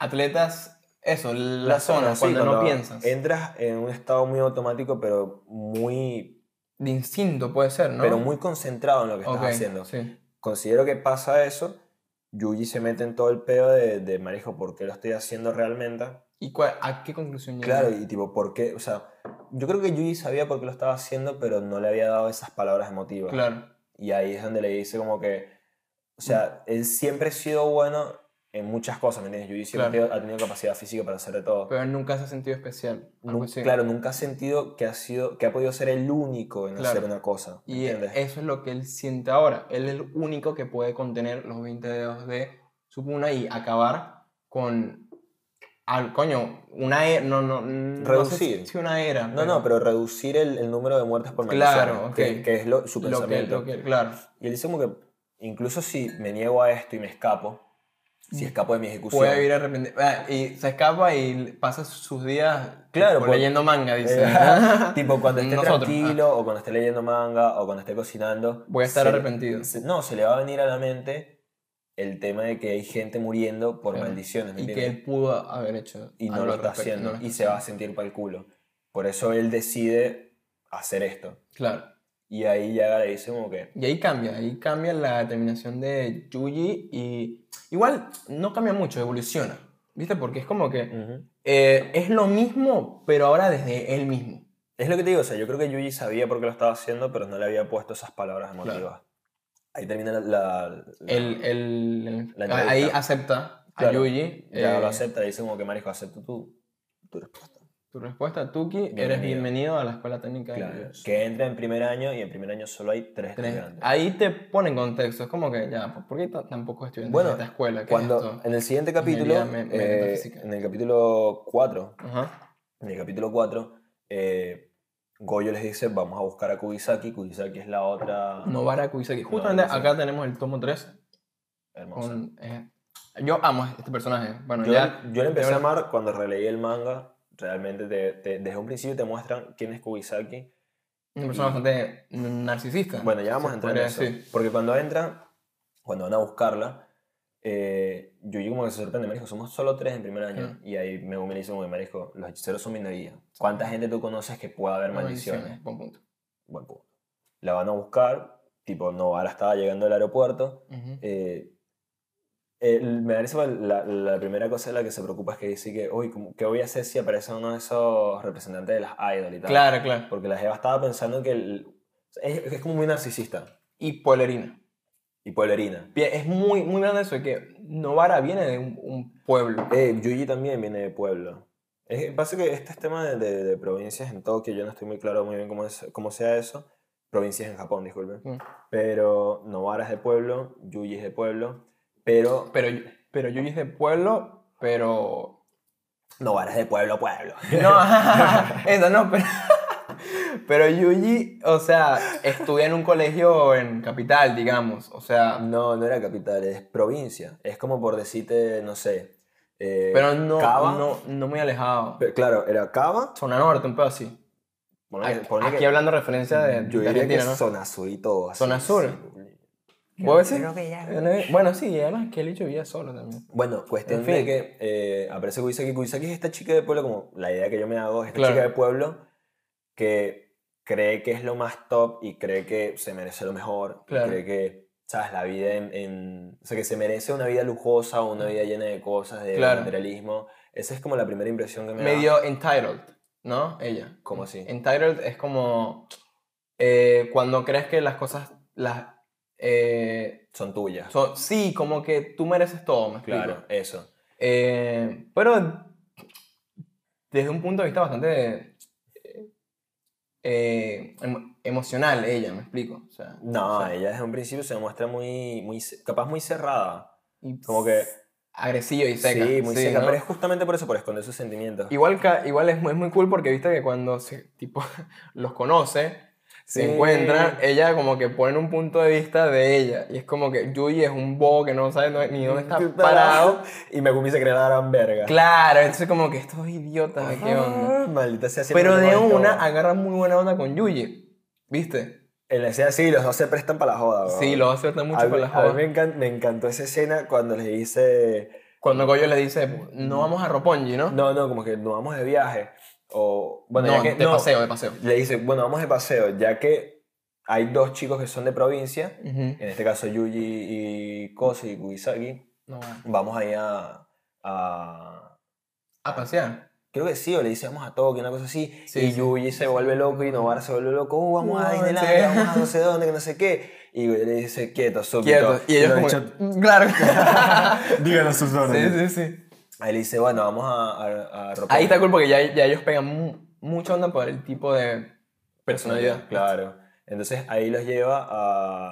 B: atletas, eso, la, zona,
A: sí,
B: cuando, no
A: cuando
B: piensas.
A: Entras en un estado muy automático, pero muy,
B: De instinto puede ser, ¿no?
A: pero muy concentrado en lo que
B: Ok,
A: estás haciendo.
B: sí.
A: considero que pasa eso, Yuji se mete en todo el pedo de, de marijo, ¿por qué lo estoy haciendo realmente?
B: ¿Y cuál- a qué conclusión llega?
A: Claro, y tipo, ¿por qué? O sea, yo creo que Yuji sabía por qué lo estaba haciendo, pero no le había dado esas palabras emotivas.
B: Claro.
A: Y ahí es donde le dice como que, o sea, él siempre ha sido bueno en muchas cosas, ¿me entiendes? Yuji siempre ha tenido capacidad física para hacer de todo.
B: Pero nunca se ha sentido especial. algo
A: Nun-
B: así.
A: Claro, nunca ha sentido que ha, sido, que ha podido ser el único en
B: Claro.
A: hacer una cosa. ¿me
B: Y e
A: entiendes?
B: eso es lo que él siente ahora. Él es el único que puede contener los 20 dedos de Sukuna y acabar con. Al, coño, una era. No, no, no sé
A: Reducir.
B: si una era.
A: No, no, pero reducir el, el número de muertes por
B: Claro,
A: maldiciones,
B: ok.
A: que, que es lo, su
B: Lo que,
A: pensamiento.
B: lo que- claro.
A: Y él dice como que, incluso si me niego a esto y me escapo, si escapo de mi ejecución,
B: Mm. Puede vivir arrepentido. Ah, y se escapa y pasa sus días
A: Claro,
B: por
A: por-
B: leyendo manga, dice.
A: tipo cuando esté
B: Nosotros, ah.
A: tranquilo o cuando esté leyendo manga o cuando esté cocinando,
B: Voy a estar
A: se-
B: arrepentido.
A: se- no, se le va a venir a la mente el tema de que hay gente muriendo por
B: Claro.
A: maldiciones, ¿me
B: y que
A: entiendes?
B: él pudo haber hecho.
A: Y no
B: algo
A: lo
B: al
A: está
B: respecto,
A: haciendo
B: no lo
A: y
B: está
A: se va a
B: haciendo.
A: sentir para el culo. Por eso él decide hacer esto.
B: Claro.
A: Y ahí ya le dice como que,
B: Y ahí cambia, ahí cambia la determinación de Yuji y igual no cambia mucho, evoluciona, ¿viste? Porque es como que
A: ujú.
B: eh, es lo mismo, pero ahora desde él mismo.
A: Es lo que te digo, o sea, yo creo que Yuji sabía por qué lo estaba haciendo, pero no le había puesto esas palabras emotivas. Ahí termina la... la- la-
B: El, el- el-
A: La entrevista.
B: ahí acepta a
A: Claro,
B: Yuji.
A: Ya
B: eh,
A: lo acepta, dice como que Marisco, acepto tu, tu respuesta.
B: Tu respuesta, Tuki, eres
A: Bienvenido.
B: bienvenido a la escuela técnica de Yuji.
A: Que entra en primer año y en primer año solo hay tres
B: Tres. Ah,
A: estudiantes.
B: Ahí te pone en contexto, es como que ya, pues, ¿por qué ta- tampoco estudiantes
A: Bueno,
B: de esta escuela? ¿Qué es
A: Cuando,
B: esto?
A: en el siguiente capítulo,
B: Ingeniería me- me-
A: eh,
B: metafísica.
A: en el capítulo 4,
B: Ajá.
A: en el capítulo 4, eh, Goyo les dice, vamos a buscar a Kubisaki, Kubisaki es la otra
B: Novara Kuiseki. Justamente
A: Kuiseki.
B: acá tenemos el tomo 3.
A: hermosa.
B: con, eh, yo amo este personaje. Bueno,
A: Yo,
B: ya.
A: yo le empecé
B: ya-
A: a amar cuando releí el manga, realmente te- te- desde un principio te muestran quién es Kubisaki,
B: Una persona bastante narcisista.
A: Bueno, ya vamos
B: se
A: a entrar en
B: podría
A: eso.
B: decir.
A: Porque cuando entran, cuando van a buscarla, eh, Yuji como que se sorprende, me dijo, somos solo tres en primer año.
B: Mm.
A: Y ahí me humilizo como que me dijo, los hechiceros son minoría. ¿Cuánta gente tú conoces que pueda haber
B: Una
A: maldiciones?
B: maldición, buen punto.
A: Bueno, pues, la van a buscar, tipo, no, ahora estaba llegando al aeropuerto.
B: Ujú.
A: eh, el- me parece que la, la primera cosa de la que se preocupa es que dice que, uy, ¿cómo- ¿qué voy a hacer si aparece uno de esos representantes de las idol y tal?
B: Claro, claro.
A: Porque la Jeva estaba pensando que el- es, es como muy narcisista
B: Y Polerina.
A: y pueblerina.
B: Bien, Es muy, muy grande eso de que Novara viene de un, un pueblo.
A: Eh, Yuji también viene de pueblo. Es, pasa que este es tema de, de- de provincias en Tokio, yo no estoy muy claro muy bien cómo, es, cómo sea eso. Provincias en Japón, disculpen.
B: Mm.
A: Pero Novara es de pueblo, Yuji es de pueblo, pero
B: Pero, pero Yuji es de pueblo, pero
A: Novara es de pueblo, pueblo.
B: No, eso no, pero, pero Yuji, o sea, estudia en un colegio en capital, digamos, o sea,
A: No, no era capital, es provincia. Es como por decirte, no sé. eh,
B: pero no,
A: Cava.
B: no, no muy alejado.
A: pe- Claro, era Cava.
B: Zona Norte, un pedo así.
A: ponle que-
B: Aquí,
A: ponle que-
B: aquí hablando referencia de,
A: yo
B: de
A: diría que
B: Argentina, ¿no?
A: zona sur y todo. así,
B: Zona sur.
A: sí.
B: ¿Puedo decir?
A: Creo que ya-
B: Bueno, sí, y además que el hecho vivía solo también.
A: Bueno, cuestión
B: En fin.
A: de que eh, aparece Kuisaki. Kuisaki es esta chica de pueblo, como la idea que yo me hago, es esta
B: Claro.
A: chica de pueblo que cree que es lo más top y cree que se merece lo mejor. y
B: Claro.
A: Cree que, ¿sabes? La vida en, en- O sea, que se merece una vida lujosa, una vida llena de cosas, de
B: Mm. Claro.
A: materialismo. Esa es como la primera impresión que me da.
B: Medio entitled, ¿no? Ella.
A: ¿Cómo así?
B: Entitled es como eh, cuando crees que las cosas las... eh,
A: Son tuyas.
B: So- sí, como que tú mereces todo, me explico.
A: claro, eso.
B: Eh, pero desde un punto de vista bastante eh, eh, emo- emocional, ella, me explico. O sea,
A: No,
B: o sea,
A: ella desde un principio se muestra muy, muy, ce- capaz muy cerrada.
B: y
A: Como que...
B: agresiva y seca.
A: sí, muy seca.
B: ¿no?
A: Pero es justamente por eso, por esconder sus sentimientos.
B: Igual, ca- igual es, muy, es muy cool porque viste que cuando se, tipo, los conoce, se
A: Sí.
B: encuentran, ella como que pone un punto de vista de ella. Y es como que Yui es un bobo que no sabe no- ni dónde está parado.
A: Y Megumi se cree la gran verga.
B: Claro, entonces como que estos idiotas,
A: Ajá,
B: ¿qué onda?
A: Maldita sea. siempre
B: Pero
A: me
B: de
A: molestó.
B: una agarra muy buena onda con Yuji, ¿viste?
A: En la escena sí, los dos se prestan para la joda, weón.
B: Sí, lo hace
A: A
B: mucho
A: mí-
B: con la
A: a mí
B: joda.
A: me, encan- me encantó esa escena cuando les dice...
B: Cuando Goyo le dice, no vamos a Roppongi, ¿no?
A: No, no, como que no vamos de viaje. O... Bueno, ya
B: No,
A: que...
B: de
A: no.
B: paseo, de paseo.
A: Le dice, bueno, vamos de paseo, ya que hay dos chicos que son de provincia,
B: Ujú.
A: en este caso Yuji y Kosi y Kuisaki,
B: No, va.
A: vamos ahí a... a
B: a pasear.
A: Creo que sí, o le dice vamos a Tokio, una cosa así.
B: Sí,
A: y
B: sí.
A: Yuji se vuelve loco y Novara se vuelve loco. Uh, vamos a
B: No,
A: Disneylandia,
B: sí.
A: vamos a no sé dónde, que no sé qué. Y Goyo le dice, quieto, súbito.
B: Quieto. Y ellos
A: lo
B: como...
A: dicho-
B: Claro.
A: Díganos sus
B: sí,
A: órdenes.
B: sí, sí.
A: Ahí le dice, bueno, vamos a, a, a Roppongi".
B: Ahí está cool porque ya, ya ellos pegan mu- mucha onda por el tipo de personalidad.
A: Claro. Entonces ahí los lleva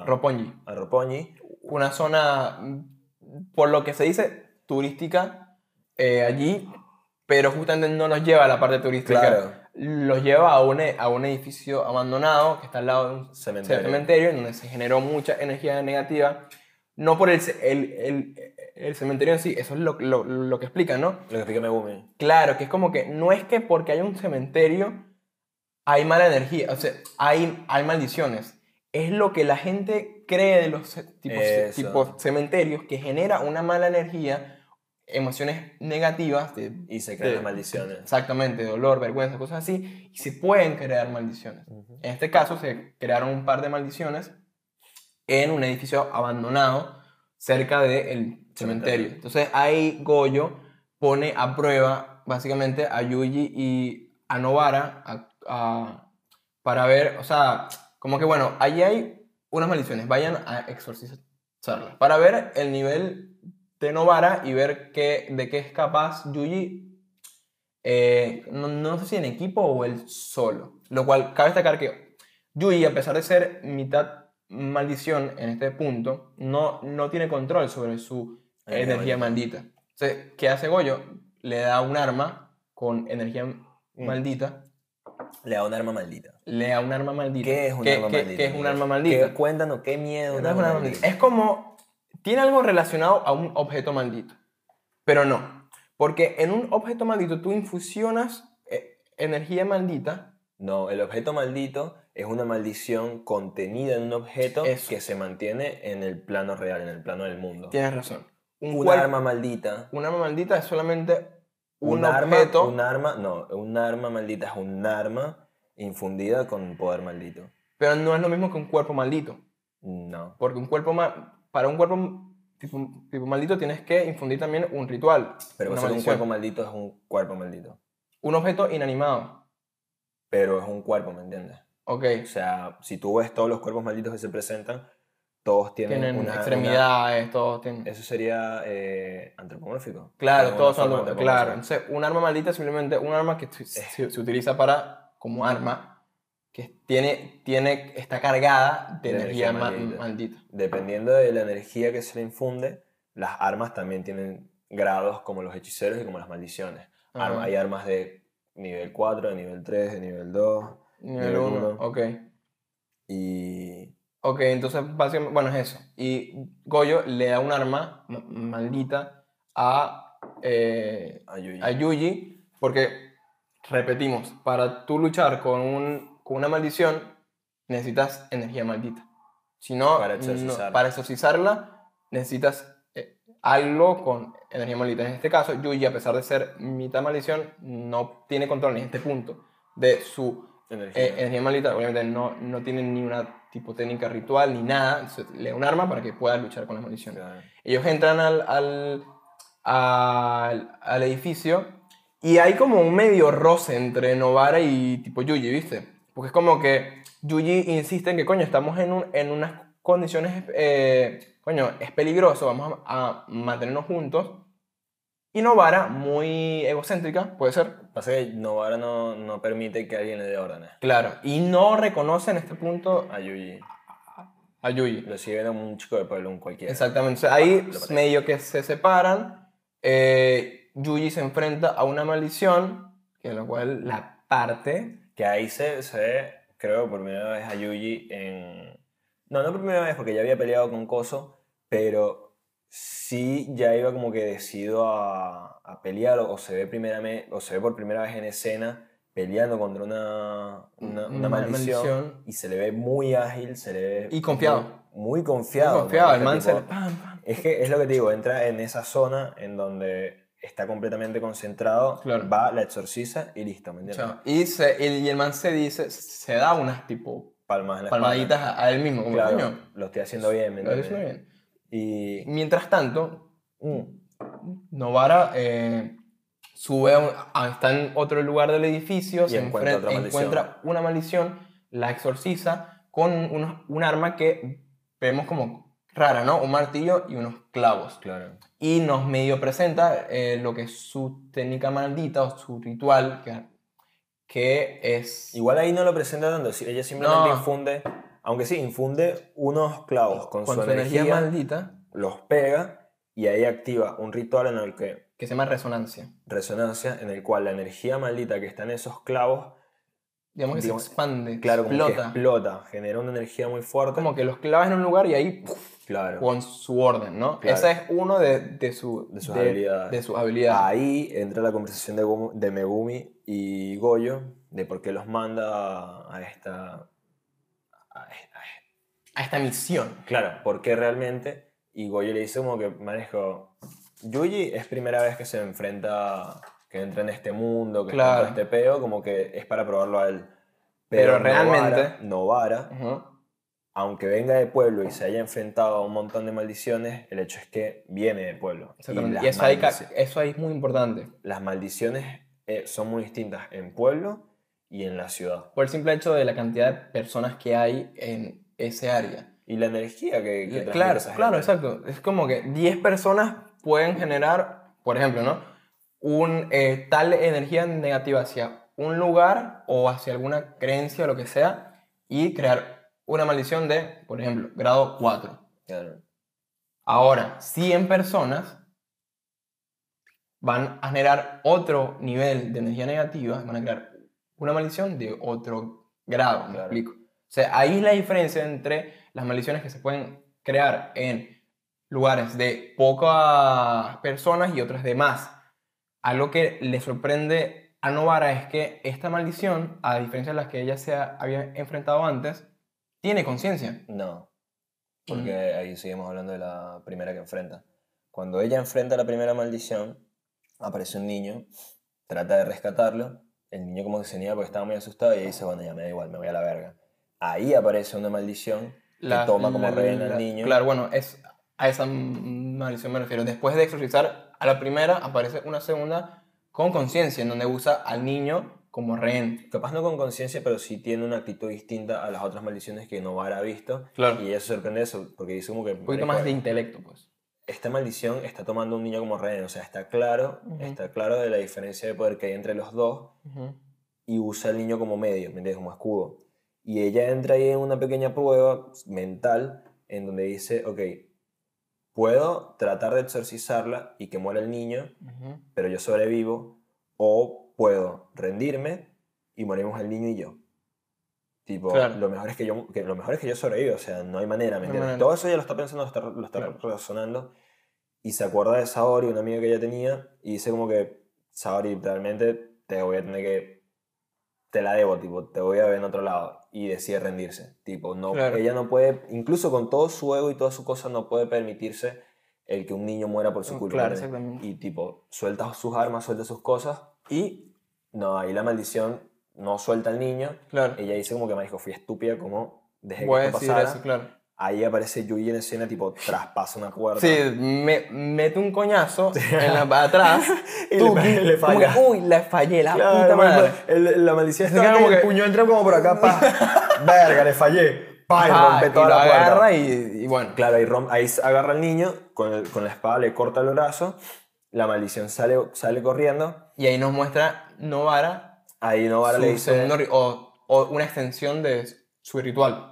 A: a,
B: Roppongi.
A: a Roppongi.
B: una zona, mm, por lo que se dice, turística eh, allí, pero justamente no los lleva a la parte turística.
A: Claro.
B: Los lleva a un, e- a un edificio abandonado que está al lado de un
A: Cementerio.
B: cementerio, en donde se generó mucha energía negativa. No por el, ce- el, el- el cementerio en sí, eso es lo, lo- lo que explica, ¿no?
A: Lo que explica Megumi.
B: Claro, que es como que no es que porque hay un cementerio hay mala energía, o sea, hay, hay maldiciones. Es lo que la gente cree de los ce- tipos,
A: Eso.
B: tipos cementerios que genera una mala energía, emociones negativas, de-
A: Y se crean
B: Sí.
A: las maldiciones.
B: exactamente, dolor, vergüenza, cosas así, y se pueden crear maldiciones. En este caso se crearon un par de maldiciones en un edificio abandonado cerca del cementerio. Entonces ahí Goyo pone a prueba básicamente a Yuji y a Novara a- a- para ver, o sea, como que bueno, ahí hay unas maldiciones, vayan a exorcizarlas para ver el nivel de Novara y ver qué, de qué es capaz Yuji eh, no, no sé si en equipo o él solo. Lo cual cabe destacar que Yui, a pesar de ser mitad maldición en este punto, no, no tiene control sobre su
A: Energía
B: energía maldita. Entonces, ¿qué hace Goyo? Le da un arma con energía
A: Mm.
B: maldita.
A: Le da un arma maldita.
B: Le da un arma maldita.
A: ¿Qué es un
B: ¿Qué-
A: arma
B: qué-
A: maldita?
B: qué es un arma
A: ¿Qué-
B: maldita?
A: Cuéntanos, qué miedo.
B: No es una maldita. Es como. Tiene algo relacionado a un objeto maldito. Pero no. Porque en un objeto maldito tú infusionas eh, energía maldita.
A: No, el objeto maldito es una maldición contenida en un objeto
B: Eso.
A: que se mantiene en el plano real, en el plano del mundo.
B: Tienes razón. Un,
A: Un
B: cuerpo-
A: arma maldita.
B: un arma maldita es solamente un,
A: Un, arma,
B: objeto.
A: un arma, no, un arma maldita es un arma infundida con poder maldito.
B: Pero no es lo mismo que un cuerpo maldito.
A: No.
B: Porque un cuerpo ma- para un cuerpo tipo, tipo maldito tienes que infundir también un ritual.
A: Pero
B: una
A: ser un
B: maldición.
A: cuerpo maldito es un cuerpo maldito.
B: Un objeto inanimado.
A: Pero es un cuerpo, ¿me entiendes?
B: Ok.
A: O sea, si tú ves todos los cuerpos malditos que se presentan, todos tienen,
B: Tienen
A: una- una-
B: extremidades, todos tienen.
A: eso sería eh, antropomórfico.
B: Claro,
A: Alguna
B: todos
A: forma
B: son.
A: antropomórfica.
B: Claro. Entonces, un arma maldita es simplemente un arma que tu- se, se utiliza para. como arma. que tiene. tiene está cargada de,
A: De
B: energía,
A: energía
B: ma-
A: maldita.
B: maldita.
A: Dependiendo de la energía que se le infunde, las armas también tienen grados como los hechiceros y como las maldiciones.
B: Ajá.
A: Arma- hay armas de nivel 4, de nivel 3, de nivel 2.
B: Nivel
A: nivel
B: 1.
A: uno.
B: Ok.
A: Y
B: Ok, entonces básicamente, bueno, es eso. Y Goyo le da un arma ma- maldita a, eh,
A: a Yuji.
B: a Yuji, porque, repetimos, para tú luchar con, un, con una maldición, necesitas energía maldita. Si no,
A: Para
B: no-
A: exorcizarla.
B: para exorcizarla, necesitas eh, algo con energía maldita. En este caso, Yuji, a pesar de ser mitad maldición, no tiene control en este punto de su
A: energía.
B: eh, energía maldita, obviamente no, no tiene ni una tipo técnica ritual ni nada. entonces le da un arma para que pueda luchar con las maldiciones.
A: Claro.
B: Ellos entran al, al, al, al edificio y hay como un medio roce entre Novara y tipo Yuji, ¿viste? Porque es como que Yuji insiste en que, coño, estamos en, un- en unas condiciones, eh, coño, es peligroso, vamos a, a mantenernos juntos. Y Novara, muy egocéntrica, puede ser,
A: Pasa que Novara no, no permite que alguien le dé órdenes
B: claro, y no reconoce en este punto
A: a Yuji.
B: a Yuji.
A: Lo sigue viendo como un chico de pueblo, un cualquiera.
B: Exactamente. O sea, ahí
A: Lo maté.
B: medio que se separan. eh, Yuji se enfrenta a una maldición, que lo cual la parte.
A: Que ahí se, se ve, creo, por primera vez a Yuji en... No, no por primera vez, porque ya había peleado con Koso, pero sí ya iba como que decidido a, a pelear, o, o se ve primerame- o se ve por primera vez en escena peleando contra una, una, una
B: Una
A: maldición,
B: maldición.
A: y se le ve muy ágil, se le ve...
B: Y confiado.
A: Muy, muy confiado.
B: Confiado, confiado
A: ¿no?
B: el
A: Este
B: man se
A: tipo-
B: le- pam, pam.
A: es que es lo que te digo, entra en esa zona en donde está completamente concentrado,
B: Claro.
A: va, la exorciza y listo, ¿me entiendes?
B: Chao. Y, se, y el man se dice, se da unas tipo
A: Palmas en la espalda.
B: palmaditas a, a él mismo, como
A: Claro,
B: coño.
A: lo estoy haciendo bien, ¿me
B: lo
A: entiendes?
B: hizo bien.
A: Y
B: Mientras tanto,
A: mm,
B: Novara eh, sube a, un- a- está en otro lugar del edificio,
A: Y
B: se
A: encuentra
B: enfren-
A: otra maldición.
B: encuentra una maldición, la exorciza con unos- un arma que vemos como rara, ¿no? Un martillo y unos clavos.
A: claro,
B: Y nos medio presenta eh, lo que es su técnica maldita o su ritual, que, que es...
A: igual ahí no lo presenta tanto, si- ella simplemente
B: No.
A: infunde, aunque sí, infunde unos clavos con, su, energía,
B: maldita,
A: los pega y ahí activa un ritual en el que
B: que se llama resonancia.
A: resonancia, en el cual la energía maldita que está en esos clavos,
B: Digamos que
A: Digamos,
B: se expande,
A: claro, como que
B: explota.
A: explota, genera una energía muy fuerte,
B: Como que los clavas en un lugar y ahí
A: claro.
B: con su orden, ¿no?
A: Claro.
B: Ese es uno de, de, su-
A: De sus habilidades.
B: de sus habilidades.
A: Ahí entra la conversación de, Gomu- de Megumi y Goyo de por qué los manda a esta... a- a-
B: A esta misión.
A: claro, por qué realmente. Y Goyo le dice como que, manejo, Yuji es primera vez que se enfrenta, que entra en este mundo, que
B: Claro.
A: está en todo este peo, como que es para probarlo a él.
B: Pero
A: Novara,
B: realmente-
A: Novara,
B: Ujú.
A: aunque venga de pueblo y se haya enfrentado a un montón de maldiciones, el hecho es que viene de pueblo. Y
B: Exactamente.
A: las
B: Y, eso, ahí, ca-
A: maldici-
B: eso ahí es muy importante.
A: las maldiciones eh, son muy distintas en pueblo y en la ciudad.
B: Por el simple hecho de la cantidad de personas que hay en ese área.
A: Y la energía que, que transmite
B: Claro,
A: esa
B: claro,
A: gente.
B: exacto. Es como que 10 personas pueden generar, por ejemplo, ¿no? Un, eh, tal energía negativa hacia un lugar o hacia alguna creencia o lo que sea y crear una maldición de, por ejemplo, grado 4.
A: Claro.
B: Ahora, 100 personas van a generar otro nivel de energía negativa, van a crear una maldición de otro grado, me
A: Claro.
B: explico. O sea, ahí es la diferencia entre las maldiciones que se pueden crear en lugares de pocas personas y otras de más. Algo que le sorprende a Novara es que esta maldición, a diferencia de las que ella se ha- había enfrentado antes, tiene conciencia.
A: No, porque
B: Mm.
A: ahí seguimos hablando de la primera que enfrenta. Cuando ella enfrenta la primera maldición, aparece un niño, trata de rescatarlo, el niño como que se niega porque estaba muy asustado y ella dice, bueno, ya me da igual, me voy a la verga. Ahí aparece una maldición
B: la-
A: que toma como
B: la-
A: rehén
B: la-
A: al niño.
B: Claro, bueno, es, a esa m- maldición me refiero. Después de exorcizar a la primera, aparece una segunda con conciencia, en donde usa al niño como rehén.
A: Capaz no con conciencia, pero sí tiene una actitud distinta a las otras maldiciones que Novara ha visto.
B: Claro.
A: Y ella se sorprende eso, porque dice como que...
B: Un poquito más de intelecto, pues.
A: Esta maldición está tomando a un niño como rehén, o sea, está claro,
B: Ujú.
A: está claro de la diferencia de poder que hay entre los dos
B: Ujú.
A: y usa al niño como medio, ¿me entiendes? Como escudo. Y ella entra ahí en una pequeña prueba mental en donde dice, ok, puedo tratar de exorcizarla y que muera el niño,
B: Ujú.
A: pero yo sobrevivo, o puedo rendirme y morimos el niño y yo. Tipo,
B: Claro.
A: lo, mejor es que yo, que lo mejor es que yo sobrevivo, o sea, no hay manera,
B: No
A: ¿me
B: hay
A: entiendes?
B: manera.
A: Todo eso ella lo está pensando, lo está, lo está
B: Claro.
A: razonando, y se acuerda de Saori, una amiga que ella tenía, y dice como que, Saori, realmente te voy a tener que, te la debo, tipo, te voy a ver en otro lado, y decide rendirse, tipo, no,
B: Claro.
A: ella no puede, incluso con todo su ego y toda su cosa, no puede permitirse el que un niño muera por su culpa.
B: Ah, Claro,
A: ¿me entiendes?
B: exactamente.
A: y tipo suelta sus armas, suelta sus cosas y no, ahí la maldición no suelta al niño.
B: Claro.
A: Ella dice como que me dijo, fui estúpida como desde
B: Voy a
A: que esto
B: decir
A: pasara.
B: eso, claro.
A: Ahí aparece Yui en escena tipo traspasa una puerta.
B: Sí, me, mete un coñazo en la, atrás.
A: Y
B: tú,
A: le- le
B: como
A: falla.
B: que, Uy, la fallé, la
A: Claro,
B: puta
A: hermano,
B: madre.
A: el- la maldición
B: Se
A: está
B: queda
A: que
B: como
A: el
B: que-
A: puño entra como por acá, pa. Verga, le fallé. Pa, y
B: Ah,
A: rompe toda
B: y lo
A: la puerta.
B: agarra y, y bueno.
A: Claro, ahí, rom- ahí se agarra al niño, con, el- con la espada le corta el brazo, la maldición sale, sale corriendo,
B: Y ahí nos muestra Novara
A: ahí Novara
B: su
A: le dice...
B: segundo ri- o, o una extensión de su ritual.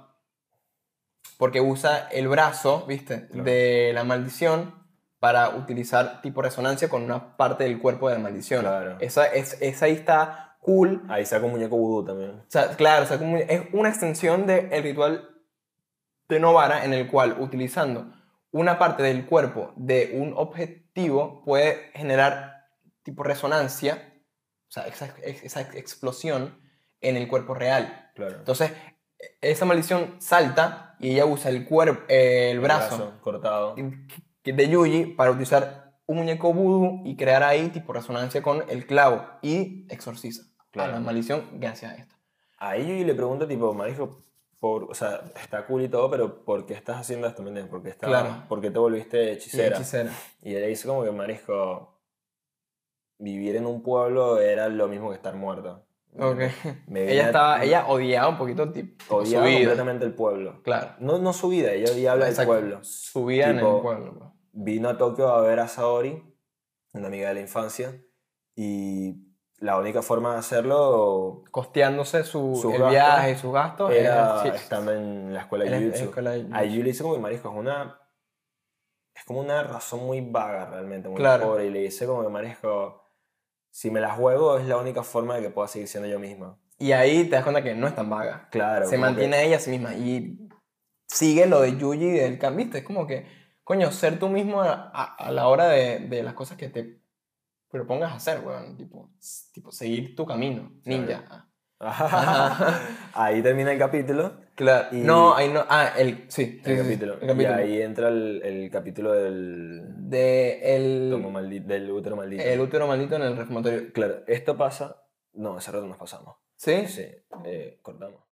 B: Porque usa el brazo, ¿viste?
A: Claro.
B: De la maldición para utilizar tipo resonancia con una parte del cuerpo de la maldición.
A: Claro.
B: Esa, es, esa ahí está cool.
A: Ahí saca un muñeco vudú también.
B: O sea, claro, o sea, como es una extensión del ritual de Novara en el cual utilizando una parte del cuerpo de un objetivo puede generar tipo resonancia, o sea, esa, esa explosión en el cuerpo real.
A: Claro.
B: Entonces, esa maldición salta y ella usa el, cuerpo, el brazo
A: cortado.
B: de Yuji para utilizar un muñeco vudú y crear ahí tipo resonancia con el clavo y exorciza
A: Claro.
B: a la maldición gracias a esto.
A: Ahí yo le pregunto, tipo, Marijo, por, o sea, está cool y todo, pero ¿por qué estás haciendo esto? ¿Me entiendes? ¿Por qué, está,
B: Claro.
A: por qué te volviste
B: Y
A: hechicera?
B: hechicera.
A: Y él le dice como que, Marisco, vivir en un pueblo era lo mismo que estar muerto.
B: Ok.
A: Me vine
B: ella
A: a-
B: estaba, ella odiaba un poquito tipo,
A: eh, Odiaba
B: su vida.
A: completamente el pueblo.
B: Claro.
A: No, no su vida, ella odiaba el
B: Exacto.
A: pueblo.
B: Su vida en
A: Tipo,
B: el pueblo. pues.
A: vino a Tokio a ver a Saori, una amiga de la infancia, y la única forma de hacerlo
B: Costeándose su,
A: sus
B: el
A: gastos
B: viaje y sus gastos.
A: era
B: sí,
A: estando en la escuela
B: en
A: de
B: la- en la
A: jiu-jitsu.
B: escuela de
A: A
B: jiu-jitsu.
A: Yu le dice como que marisco, es una. Es como una razón muy vaga realmente, muy
B: Claro.
A: pobre. Y le dice como que marisco, si me la juego es la única forma de que pueda seguir siendo yo misma.
B: Y ahí te das cuenta que no es tan vaga.
A: Claro.
B: Se
A: como que-
B: mantiene ella a sí misma. Y sigue lo de Yuji y del cambio. ¿viste? Es como que, coño, ser tú mismo a, a- a la hora de, de las cosas que te propongas hacer, weón. Tipo, s- tipo seguir tu camino, ninja.
A: ahí termina el capítulo.
B: Claro.
A: Y-
B: No, ahí no. Ah, el. Sí, sí,
A: El
B: sí, sí,
A: capítulo.
B: el capítulo.
A: Y ahí entra el, el capítulo del.
B: De el,
A: tomo maldi- del útero maldito.
B: el útero maldito en el reformatorio.
A: Claro, esto pasa. No, ese rato nos pasamos.
B: ¿Sí?
A: Sí, eh, cortamos.